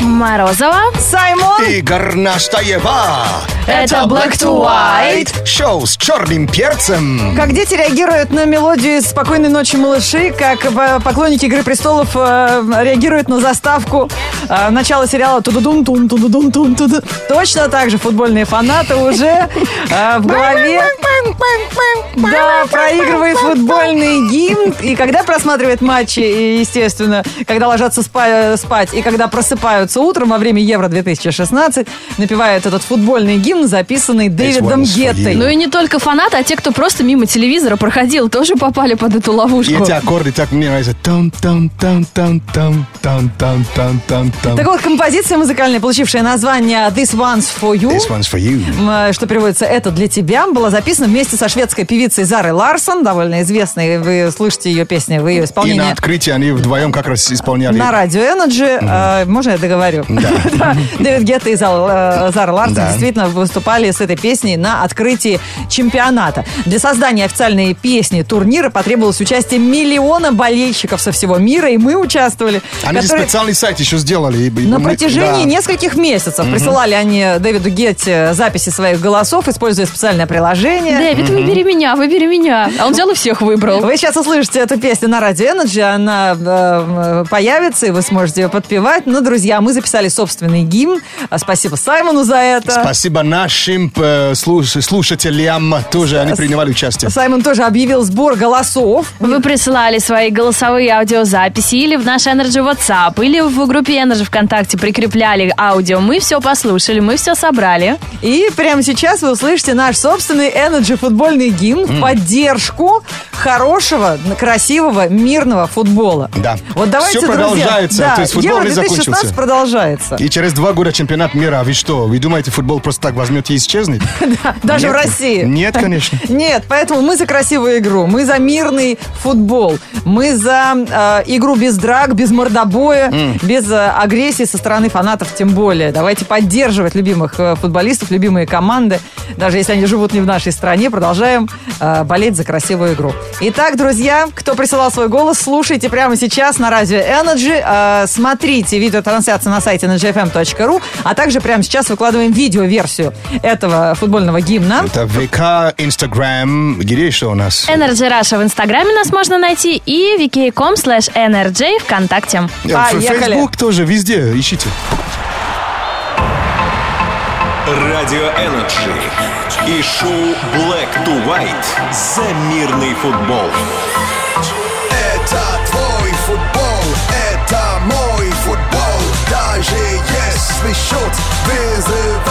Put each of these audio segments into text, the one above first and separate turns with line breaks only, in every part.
Морозова.
Саймон.
И Горнаштаева.
Это Black to White.
Шоу с черным перцем.
Как дети реагируют на мелодию из «Спокойной ночи, малыши», как э, поклонники «Игры престолов» э, реагируют на заставку э, начала сериала тудудум тум тудудум тум туду Точно так же футбольные фанаты уже э, в голове да, проигрывает футбольный гимн. И когда просматривает матчи, и, естественно, когда ложатся спа- спать, и когда просыпаются утром во время Евро-2016, напевает этот футбольный гимн, записанный Дэвидом
one's for
Геттой.
you.
Ну и не только фанаты, а те, кто просто мимо телевизора проходил, тоже попали под эту ловушку.
И эти аккорды так мне нравятся. Там, там, там, там, там, там, там, там, там, там.
Так вот, композиция музыкальная, получившая название «This One's For You»,
This one's for you.
м, э, что переводится «Это для тебя», была записана вместе со шведской певицей Зарой Ларсон, довольно известной, вы слышите ее песни в ее
И на
исполнении.
открытии они вдвоем как раз исполняли.
На радио Energy, э, можно я договорю? Да. Дэвид Гетта и Зал- э, Зара Ларсон
Да.
действительно выступали с этой песней на открытии чемпионата. Для создания официальной песни турнира потребовалось участие миллиона болельщиков со всего мира, и мы участвовали.
Они же
которые-
специальный сайт еще сделали. и- и
на
мы-
протяжении
да.
нескольких месяцев присылали они Дэвиду Гетти записи своих голосов, используя специальное приложение.
Дэвид, выбери меня, выбери меня. А он взял и всех выбрал.
Вы сейчас услышите эту песню на радио Energy, она э, появится, и вы сможете ее подпевать. Но, друзья, мы записали собственный гимн. А Спасибо Саймону за это.
Спасибо нашим э, слуш- слушателям тоже. Они принимали участие.
Саймон тоже объявил сбор голосов.
Вы присылали свои голосовые аудиозаписи или в наш Energy WhatsApp, или в группе Energy ВКонтакте прикрепляли аудио. Мы все послушали, мы все собрали.
И прямо сейчас вы услышите наш собственный Energy футбольный гимн в поддержку хорошего, красивого, мирного футбола.
Да.
Вот давайте,
Всё
друзья,
продолжается,
да,
то есть футбол
Евро
не
2016
закончился.
продолжается.
И через два года чемпионат мира. А Вы что, вы думаете, футбол просто так возьмет и исчезнет?
Даже в
Нет.
России.
Нет, конечно.
Нет, поэтому мы за красивую игру, мы за мирный футбол, мы за э, игру без драк, без мордобоя, без э, агрессии со стороны фанатов тем более. Давайте поддерживать любимых э, футболистов, любимые команды, даже если они живут не в нашей стране, продолжаем э, болеть за красивую игру. Итак, друзья, кто присылал свой голос, слушайте прямо сейчас на радио Energy, э, смотрите видеотрансляцию на сайте energyfm.ru, а также прямо сейчас выкладываем видеоверсию этого футбольного гимна.
Это ВК, Инстаграм. Где еще у нас?
Energy Russia в Инстаграме нас можно найти и vk.com slash energy ВКонтакте.
Э, ф-
поехали.
Фейсбук тоже везде. Ищите.
Радио Энерджи и шоу Black to White за мирный футбол.
Это твой футбол, это мой футбол. Даже если счет вызывает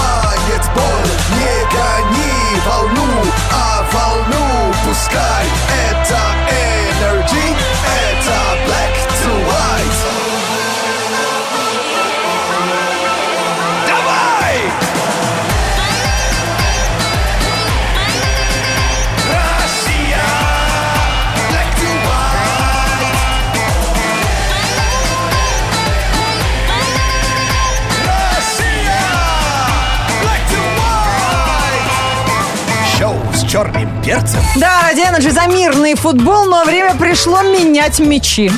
боль, не гони волну, а волну пускай. Это Energy, это Black to White. Давай! Россия! Black to white. Россия! Black to white. Шоу с черным перцем.
Да, ради Energy за мирный футбол, но время пришло менять мячи.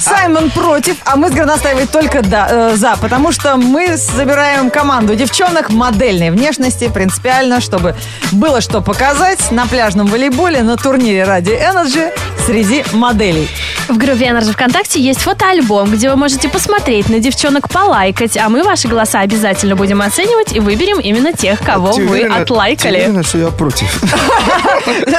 Саймон против, а мы с Горностаевой только да- э, за, потому что мы забираем команду девчонок модельной внешности, принципиально, чтобы было что показать на пляжном волейболе, на турнире ради Energy среди моделей.
В группе Energy ВКонтакте есть фотоальбом, где вы можете посмотреть на девчонок, полайкать, а мы ваши голоса обязательно будем оценивать и выберем именно тех, кого
Ты
вы
уверена- ты
отлайкали.
уверена, что я против.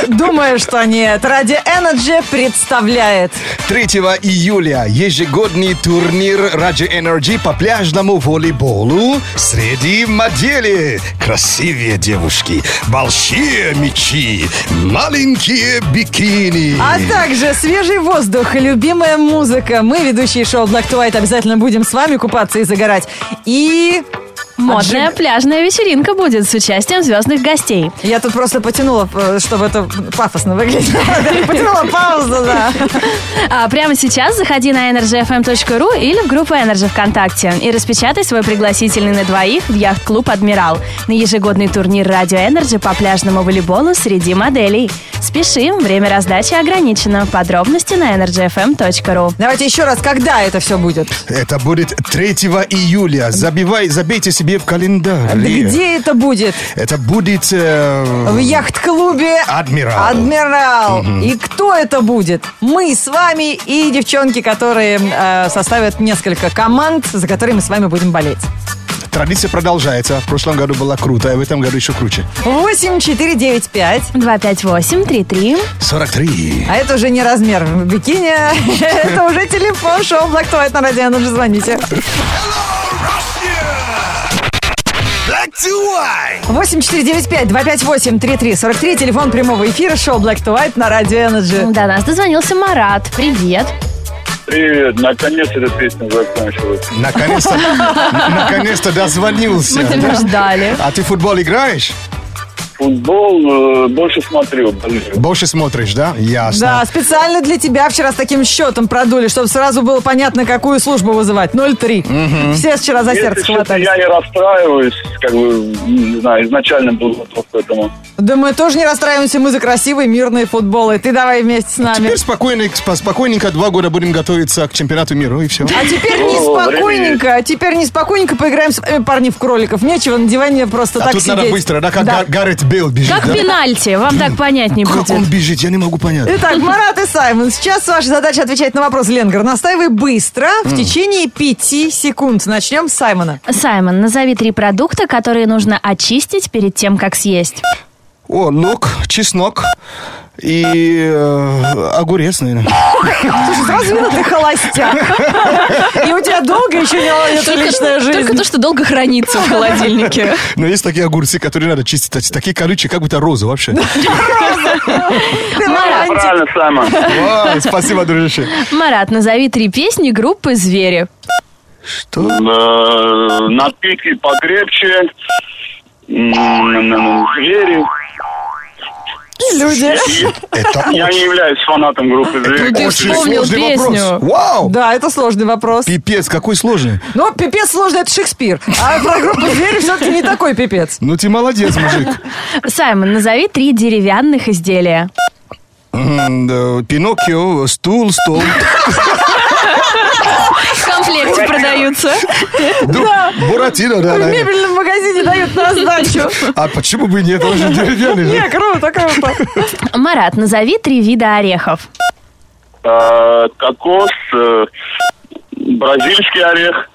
Думаю, что нет. Ради Energy представляет
3 июля ежегодный турнир Раджи Энерджи по пляжному волейболу среди модели. Красивые девушки, большие мечи, маленькие бикини.
А также свежий воздух и любимая музыка. Мы, ведущие шоу Black to White, обязательно будем с вами купаться и загорать. И
Модная
Отжиг-
пляжная вечеринка будет с участием звездных гостей.
Я тут просто потянула, э, чтобы это пафосно выглядело. Потянула паузу, да.
А прямо сейчас заходи на energyfm.ru или в группу Energy ВКонтакте и распечатай свой пригласительный на двоих в яхт-клуб «Адмирал» на ежегодный турнир «Радио Energy по пляжному волейболу среди моделей. Спеши, время раздачи ограничено. Подробности на energyfm.ru.
Давайте еще раз, когда это все будет?
Это будет 3 июля. Забивай, забейте себе в календарь.
Где это будет?
Это будет... э,
В яхт-клубе
Адмирал.
Адмирал. И кто это будет? Мы с вами и девчонки, которые э, составят несколько команд, за которые мы с вами будем болеть.
Традиция продолжается. В прошлом году было круто, а в этом году еще круче.
8 4 9 5.
258-33.
43.
А это уже не размер в бикини, это уже телефон шоу Black to White на радио, ну же звоните.
Black to white.
8495-258-3343, телефон прямого эфира, шоу Black to White на радио
Ну,
Energy.
До нас дозвонился Марат. Привет.
Привет, наконец эта песня закончилась.
Наконец-то, наконец-то дозвонился.
Мы тебя ждали.
А ты в футбол играешь?
Футбол э, больше смотрю, болею.
Больше смотришь, да? Ясно.
Да, специально для тебя вчера с таким счетом продули, чтобы сразу было понятно, какую службу вызывать. 0-3. Все вчера за сердце
Если честно,
хватались.
я не расстраиваюсь, как бы, не знаю, изначально был готов к этому.
Да мы тоже не расстраиваемся, мы за красивый мирный футбол. И ты давай вместе с нами.
А Теперь спокойно, спокойненько два года будем готовиться к чемпионату мира и все.
А теперь
О,
неспокойненько, а теперь неспокойненько поиграем с вами, парни, в кроликов. Нечего на диване просто
А
так
тут
сидеть.
надо быстро, да? Как
Да.
Гар- Гаррет Бейл бежит,
Как
да?
пенальти, вам так понять не
Как он
будет.
бежит, я не могу понять.
Итак, Марат и Саймон, сейчас ваша задача отвечать на вопрос Ленгар. Настаивай быстро, в течение пяти секунд. Начнем с Саймона.
Саймон, назови три продукта, которые нужно очистить перед тем, как съесть.
О, лук, чеснок и э, огурец, наверное.
Слушай, сразу видно, ты холостяк. И у тебя долго еще не ловит личная жизнь.
то, что долго хранится в холодильнике.
Но есть такие огурцы, которые надо чистить. Т- Такие колючие, как будто розы вообще.
Ты романтик.
Правильно, Саймон.
Ой, Спасибо, дружище.
Марат, назови три песни группы «Звери».
Что?
Э, На пике покрепче. М, Звери.
И люди.
Это
Я не являюсь фанатом группы
ты
«Звери».
очень
вспомнил
сложный вопрос.
песню.
Вау!
Да, это сложный вопрос.
Пипец, какой сложный.
Но пипец сложный, это Шекспир. А про группу «Звери» все-таки не такой пипец.
Ну ты молодец, мужик.
Саймон, назови три деревянных изделия.
М, да, Пиноккио, стул, стол.
В комплекте продаются.
Друг- Буратино, да,
В
да.
мебельном магазине дают на сдачу.
А почему бы и нет? Он же деревянный же.
Не, круто, круто.
Марат, назови три вида орехов.
Э, Кокос, э, бразильский орех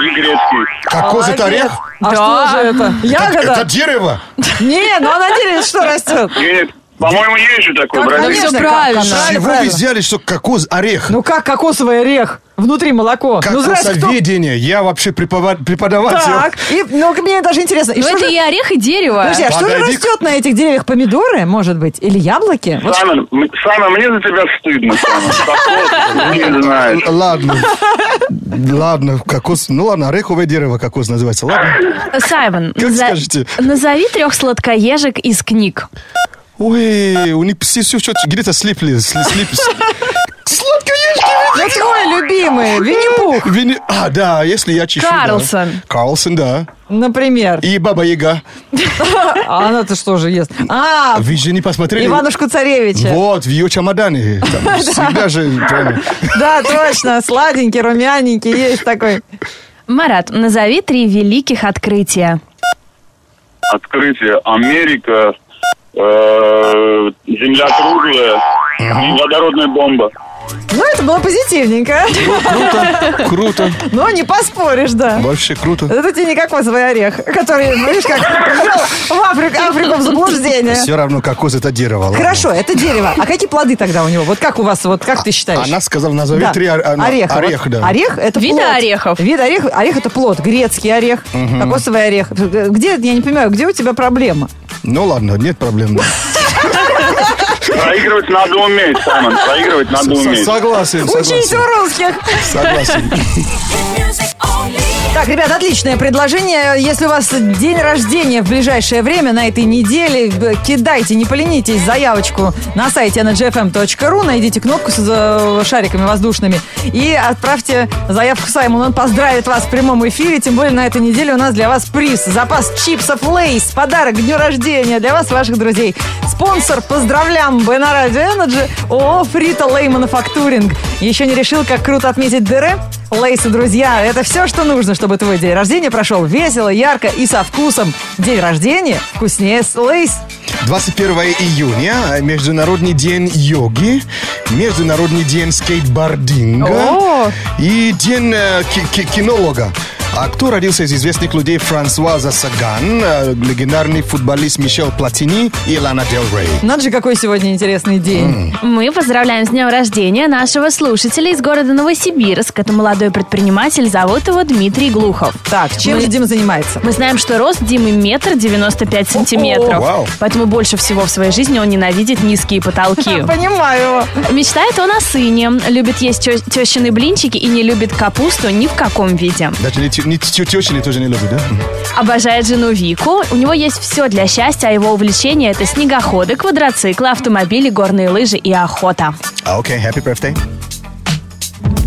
и грецкий.
Кокос это орех?
А что же это?
Это
Ягода?
дерево.
Не, ну а на дереве что растет?
И, По-моему, есть же такой
Как
бразильский.
Конечно,
всё
как-
правильно.
С
правильно,
чего вы
правильно.
взяли, что кокос орех?
Ну как кокосовый орех? Внутри молоко. ну, здрасте, кто-
Кокосоведение. Я вообще препова- преподаватель.
Так, и, ну мне даже интересно. И
Ну,
что
это
же...
и орех, и дерево.
Подожди, а что же
Погоди.
растет на этих деревьях? Помидоры, может быть? Или яблоки? Вот
Саймон, м- Саймон, мне за тебя стыдно, Саймон. Такого ты не знаешь.
Л- Ладно. Ладно, кокос. Ну ладно, ореховое дерево кокос называется. Ладно.
Саймон, наза-
скажете?
назови трех сладкоежек из книг.
Ой, у них все, все, где-то слипли. сли- слип-
Ну, твой любимый, Винни-Пух,
Вини- А, да, если я чищу. да.
Карлсон.
Карлсон, да.
например.
И Баба Яга.
А она-то что же ест? А,
Вы же не посмотрели.
Иванушку Царевича.
Вот, в ее чемодане. Там Всегда же. прямо.
Да, точно, сладенький, румяненький, есть такой.
Марат, назови три великих открытия.
Открытие. Америка, э, земля круглая и водородная бомба.
Ну, это было позитивненько,
Круто, круто.
но не поспоришь, да.
Вообще круто.
Это тебе не кокосовый орех, который, видишь, как ввел в Африку, Африку в заблуждение.
Все равно кокос это дерево. ладно.
Хорошо, это дерево. А какие плоды тогда у него? Вот как у вас, вот как ты считаешь?
Она сказала, назови
Да.
а три ор- она-
ореха.
орех,
Вот
да.
Орех это
Виды
плод.
орехов.
Вид орех, орех это плод. Грецкий орех, кокосовый орех. Где, я не понимаю, где у тебя проблема?
Ну ладно, нет проблем.
Проигрывать надо уметь, Саймон. Проигрывать надо
С-
уметь.
Согласен,
Учись у
согласен.
русских.
Согласен.
Так, ребят, отличное предложение. Если у вас день рождения в ближайшее время, на этой неделе, б- кидайте, не поленитесь, заявочку на сайте energyfm.ru, найдите кнопку с э, шариками воздушными и отправьте заявку Саймону. Он поздравит вас в прямом эфире, тем более на этой неделе у нас для вас приз. Запас чипсов Лейс, подарок к дню рождения для вас, и ваших друзей. Спонсор, поздравляем, Б на Радио Energy, ООО Фрита Лей Мануфактуринг. Еще не решил, как круто отметить дыры? Лейсы, друзья, это все, что нужно, чтобы твой день рождения прошел весело, ярко и со вкусом. День рождения вкуснее с Лейс.
21 июня, э, Международный день йоги, Международный день
О!
скейтбординга и День э, ки- ки- кинолога. А кто родился из известных людей? Франсуаза Саган, э, легендарный футболист Мишел Платини и Лана Дель Рей.
Надо же, какой сегодня интересный день.
Мы поздравляем с днем рождения нашего слушателя из города Новосибирск. Это молодой предприниматель, зовут его Дмитрий Глухов.
Так, чем
Мы-
же Дима занимается?
Мы знаем, что рост Димы метр девяносто пять сантиметров.
Вау.
Поэтому больше всего в своей жизни он ненавидит низкие потолки.
Понимаю.
Мечтает он о сыне, любит есть тё- тещины блинчики и не любит капусту ни в каком виде.
Даже не, тю- не тю- тещины тоже не любит, да?
Обожает жену Вику. У него есть все для счастья, а его увлечения это снегоходы, квадроциклы, автомобили, горные лыжи и охота.
А, Окей, happy birthday.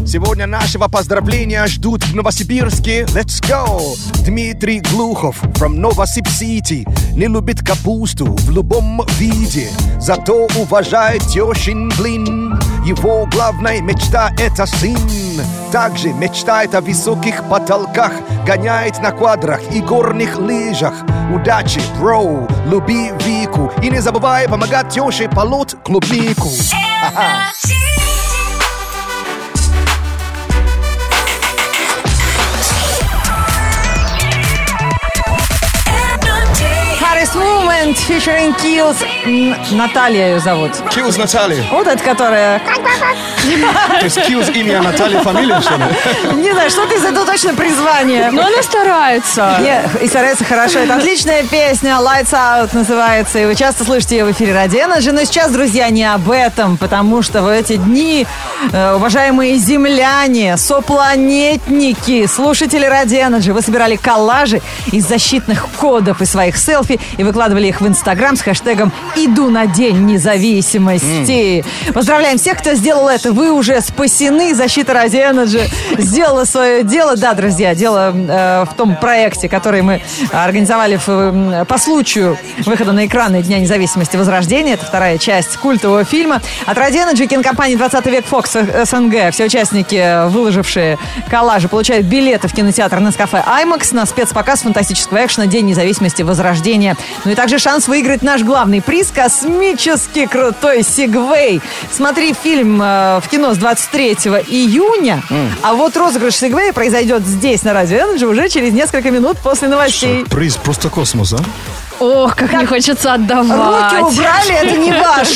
Сегодня нашего поздравления ждут в Новосибирске. Let's go! Дмитрий Глухов from Новосиб Сити не любит капусту в любом виде, зато уважает тещин блин. Его главная мечта – это сын. Также мечтает о высоких потолках, гоняет на квадрах и горных лыжах. Удачи, бро, люби Вику и не забывай помогать тёще полоть клубнику.
Harris Movement featuring Kills. М, Наталья ее зовут.
Килз Наталья.
Вот эта, которая...
То есть Килз имя, а Наталья фамилия, что ли?
Не знаю, что ты за это точно призвание.
Но она старается.
Не, и старается хорошо. Это отличная песня. Lights Out называется. И вы часто слышите ее в эфире Ради Energy. Но сейчас, друзья, не об этом. Потому что в эти дни, э, уважаемые земляне, сопланетники, слушатели Ради Energy, вы собирали коллажи из защитных кодов и своих селфи и выкладывали их в Инстаграм с хэштегом «Иду на день независимости». Поздравляем всех, кто сделал это. Вы уже спасены. Защита Ради Energy сделала свое дело. Да, друзья, дело э, в том проекте, который мы организовали в, э, по случаю выхода на экраны Дня независимости Возрождения. Это вторая часть культового фильма. От Ради Energy кинокомпании «20 век Фокс» СНГ. Все участники, выложившие коллажи, получают билеты в кинотеатр на кафе IMAX на спецпоказ фантастического экшена «День независимости Возрождения». Ну и также шанс выиграть наш главный приз – космически крутой Сигвей. Смотри фильм э, в кино с 23 июня, а вот розыгрыш Сигвея произойдет здесь, на Радио Energy, уже через несколько минут после новостей.
Приз просто космос, а?
Ох, как не хочется отдавать.
Руки убрали, это не ваш.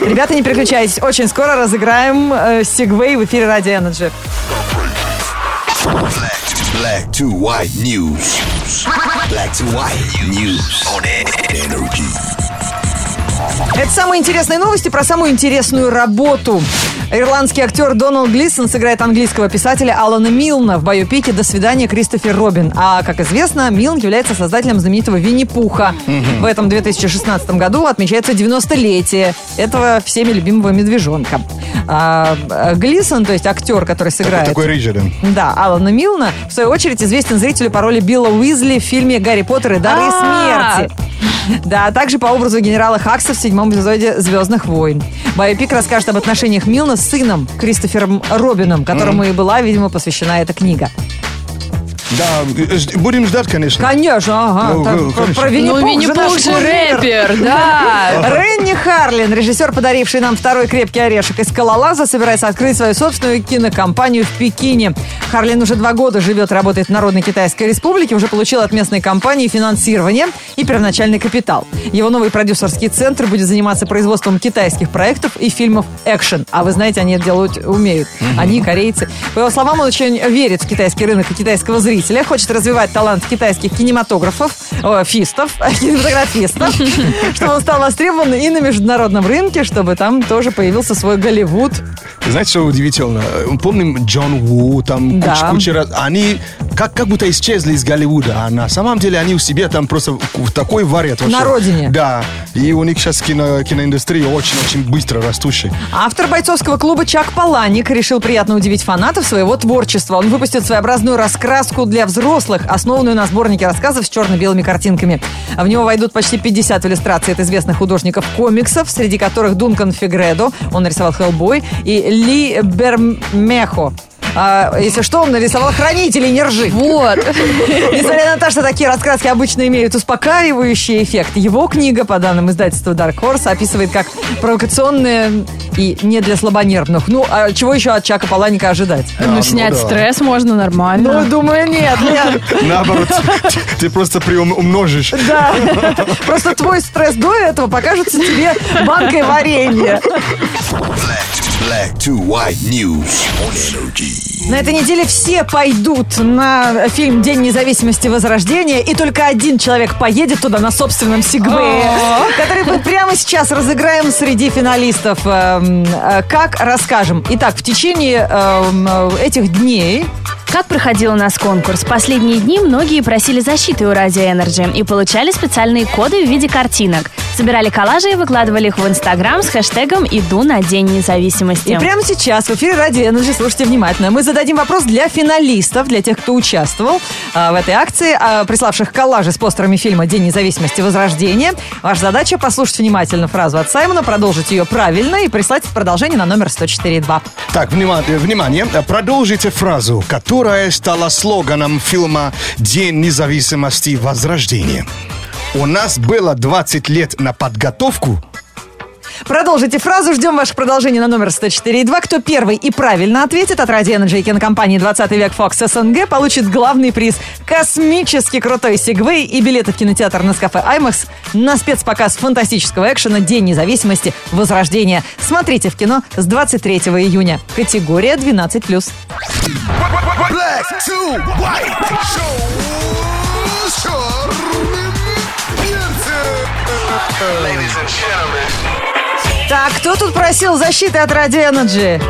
Ребята, не переключайтесь. Очень скоро разыграем э, Сигвей в эфире Радио Energy.
Black to white news. Black to white news on energy.
Это самые интересные новости про самую интересную работу. Ирландский актер Доналд Глисон сыграет английского писателя Алана Милна в биопике «До свидания, Кристофер Робин». А, как известно, Милн является создателем знаменитого «Винни-Пуха». В этом 2016 году отмечается 90-летие этого всеми любимого медвежонка. А, э, Глисон, то есть актер, который сыграет...
Такой рейджер, да.
Да, Алана Милна, в свою очередь, известен зрителю по роли Билла Уизли в фильме «Гарри Поттер и дары
А.
смерти». Да, а также по образу генерала Хакса в седьмом эпизоде «Звездных войн». Байопик расскажет об отношениях Милна с сыном Кристофером Робином, которому и была, видимо, посвящена эта книга.
Да, э, ж- будем ждать, конечно.
Конечно, ага.
Ну,
там
ну,
про-
конечно.
про Винни-Пух
Ну,
же
Винни-Пух
наш
же
кумир.
рэпер, да.
Ренни Харлин, режиссер, подаривший нам второй крепкий орешек из «Скалолаза», собирается открыть свою собственную кинокомпанию в Пекине. Харлин уже два года живет, работает в Народной Китайской Республике, уже получил от местной компании финансирование и первоначальный капитал. Его новый продюсерский центр будет заниматься производством китайских проектов и фильмов экшен. А вы знаете, они это делают умеют. Они корейцы. По его словам, он очень верит в китайский рынок и китайского зрителя. руководителя хочет развивать талант китайских кинематографов, э, фистов, кинематографистов, чтобы он стал востребован и на международном рынке, чтобы там тоже появился свой Голливуд.
Знаете, что удивительно? Э, Помним Джон Ву, там
Да.
куча, куча раз- Они как, как будто исчезли из Голливуда, а на самом деле они у себя там просто в- в такой варят. вообще.
На родине.
Да. И у них сейчас кино, киноиндустрия очень-очень быстро растущая.
Автор бойцовского клуба Чак Паланик решил приятно удивить фанатов своего творчества. Он выпустит своеобразную раскраску для взрослых, основанную на сборнике рассказов с черно-белыми картинками. В него войдут почти 50 иллюстраций от известных художников комиксов, среди которых Дункан Фигредо, он нарисовал Хеллбой, и Ли Бермехо. А, если что, он нарисовал хранителей не ржи.
Вот.
Несмотря на то, что такие раскраски обычно имеют успокаивающий эффект, его книга, по данным издательства Dark Horse, описывает как провокационные и не для слабонервных. Ну, а чего еще от Чака Паланика ожидать?
ну
Ну, снять
да.
стресс можно
Ну,
нормально.
думаю, нет, нет.
Наоборот, ты- ты просто приумножишь.
Да. Просто твой стресс до этого покажется тебе банкой варенья.
Black to white news on energy.
На этой неделе все пойдут на фильм «День независимости Возрождения», и только один человек поедет туда на собственном сегвее, который мы прямо сейчас разыграем среди финалистов. Эм, э, Как расскажем. Итак, в течение эм, э, этих дней
Как проходил у нас конкурс? Последние дни многие просили защиты у Радио Энерджи и получали специальные коды в виде картинок. Собирали коллажи и выкладывали их в Инстаграм с хэштегом «Иду на День независимости».
И прямо сейчас в эфире Радио Energy, слушайте внимательно, мы зададим вопрос для финалистов, для тех, кто участвовал а, в этой акции, а, приславших коллажи с постерами фильма «День независимости. Возрождение». Ваша задача – послушать внимательно фразу от Саймона, продолжить ее правильно и прислать в продолжение на номер 104.2.
Так, внимание, внимание, продолжите фразу, которая стала слоганом фильма «День независимости Возрождения». У нас было 20 лет на подготовку.
Продолжите фразу, ждем ваше продолжение на номер 104.2. Кто первый и правильно ответит от Радио Energy и кинокомпании «20 век Фокс СНГ» получит главный приз – космически крутой сегвей и билеты в кинотеатр на кафе «Аймакс» на спецпоказ фантастического экшена «День независимости. Возрождение». Смотрите в кино с 23 июня. Категория 12+.
Black to white shows черным перцем. Ladies and gentlemen.
Так, кто тут просил защиты от Радио Energy?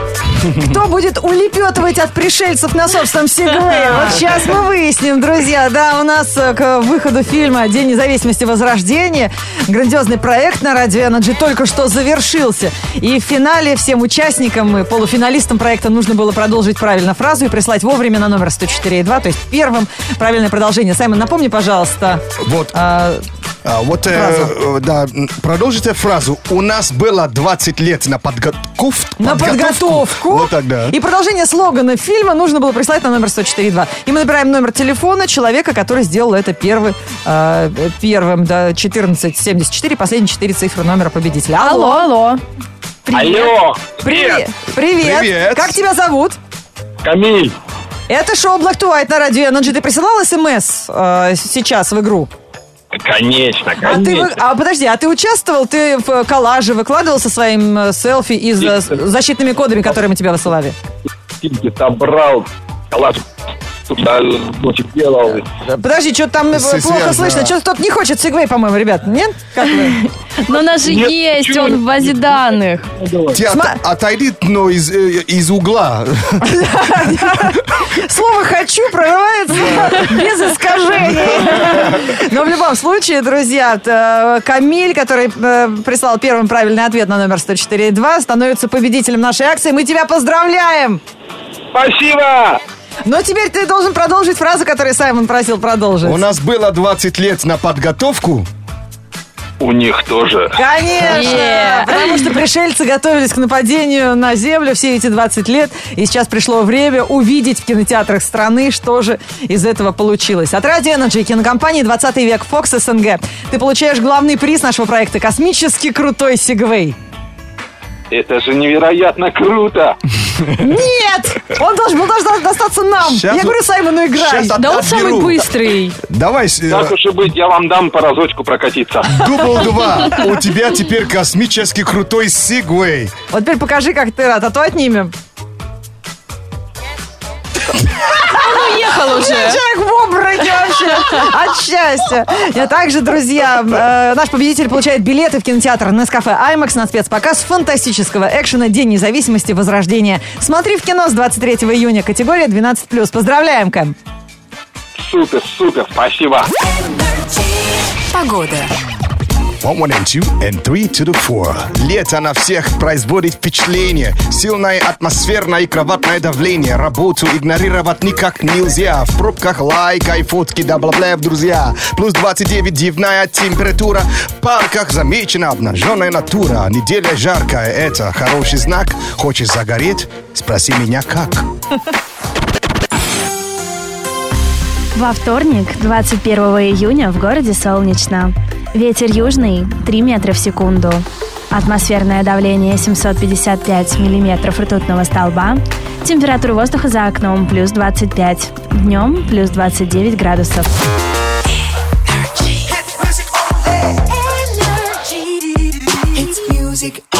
Кто будет улепетывать от пришельцев на собственном сегвее? Вот сейчас мы выясним, друзья. Да, у нас э, к выходу фильма «День независимости. Возрождение» грандиозный проект на Радио Energy только что завершился. И в финале всем участникам и полуфиналистам проекта нужно было продолжить правильно фразу и прислать вовремя на номер 104.2, то есть первым правильное продолжение. Саймон, напомни, пожалуйста,
Вот,
э,
а, вот, э,
фразу.
э, да, м, продолжите фразу. У нас было 20 лет на подготовку.
на подготовку.
Вот так, да.
И продолжение слогана фильма нужно было прислать на номер 104.2. И мы набираем номер телефона человека, который сделал это первый, э, первым, да, 1474, последние четыре цифры номера победителя.
Алло,
Алло.
алло.
Алло,
Привет. Привет.
Привет.
Как тебя зовут?
Камиль,
Это шоу Black to White на радио Energy. Ты присылал смс э, сейчас в игру?
конечно,
А, ты, вы-
конечно.
а подожди, а ты участвовал? Ты в э, коллаже выкладывал со своим э, селфи и за- с защитными кодами, которые мы тебе высылали?
Ты собрал, калаш, туда, значит, делал.
Подожди, что там э,
С-
плохо
связано.
слышно? Что-то кто-то не хочет сегвей, по-моему, ребят, нет? Как вы?
Но у нас же
Нет,
есть,
почему
он в базе данных.
Ты от-
Сма-
отойди, но из, э, из угла.
Слово «хочу» прорывается без искажений. Но в любом случае, друзья, т- э, Камиль, который э, прислал первым правильный ответ на номер 104.2, становится победителем нашей акции. Мы тебя поздравляем!
Спасибо!
Но теперь ты должен продолжить фразу, которую Саймон просил продолжить.
У нас было 20 лет на подготовку.
У них тоже.
Конечно!
Yeah.
Потому что пришельцы готовились к нападению на Землю все эти 20 лет. И сейчас пришло время увидеть в кинотеатрах страны, что же из этого получилось. От Radio Energy и кинокомпании «20 век Фокс СНГ» ты получаешь главный приз нашего проекта «Космически крутой Сигвей».
Это же невероятно круто!
Нет! Он должен был даже достаться нам.
Щас
Я говорю Саймону, играй.
щас от-
Да он
отберу.
самый быстрый.
Давай, э,
Так уж и быть, я вам дам по разочку прокатиться.
дубл два. У тебя теперь космически крутой сигвей.
Вот теперь покажи, как ты рад, а то отнимем.
Он уехал уже.
Человек в обмороке вообще от счастья. Я также, друзья, э, наш победитель получает билеты в кинотеатр на кафе IMAX на спецпоказ фантастического экшена «День независимости. Возрождение». Смотри в кино с 23 июня. Категория 12+. Поздравляем, Кэм.
Супер, супер, спасибо.
Погода.
One, one and two, and three to the four. Лето на всех производит впечатление. Сильное атмосферное и кроватное давление. Работу игнорировать никак нельзя. В пробках лайкай фотки, да бла бла друзья. Плюс 29 дневная температура. В парках замечена обнаженная натура. Неделя жаркая, это хороший знак. Хочешь загореть? Спроси меня как.
Во вторник, 21 июня, в городе солнечно. Ветер южный 3 метра в секунду. Атмосферное давление 755 миллиметров ртутного столба. Температура воздуха за окном плюс 25. Днем плюс 29 градусов.
Energy. It's music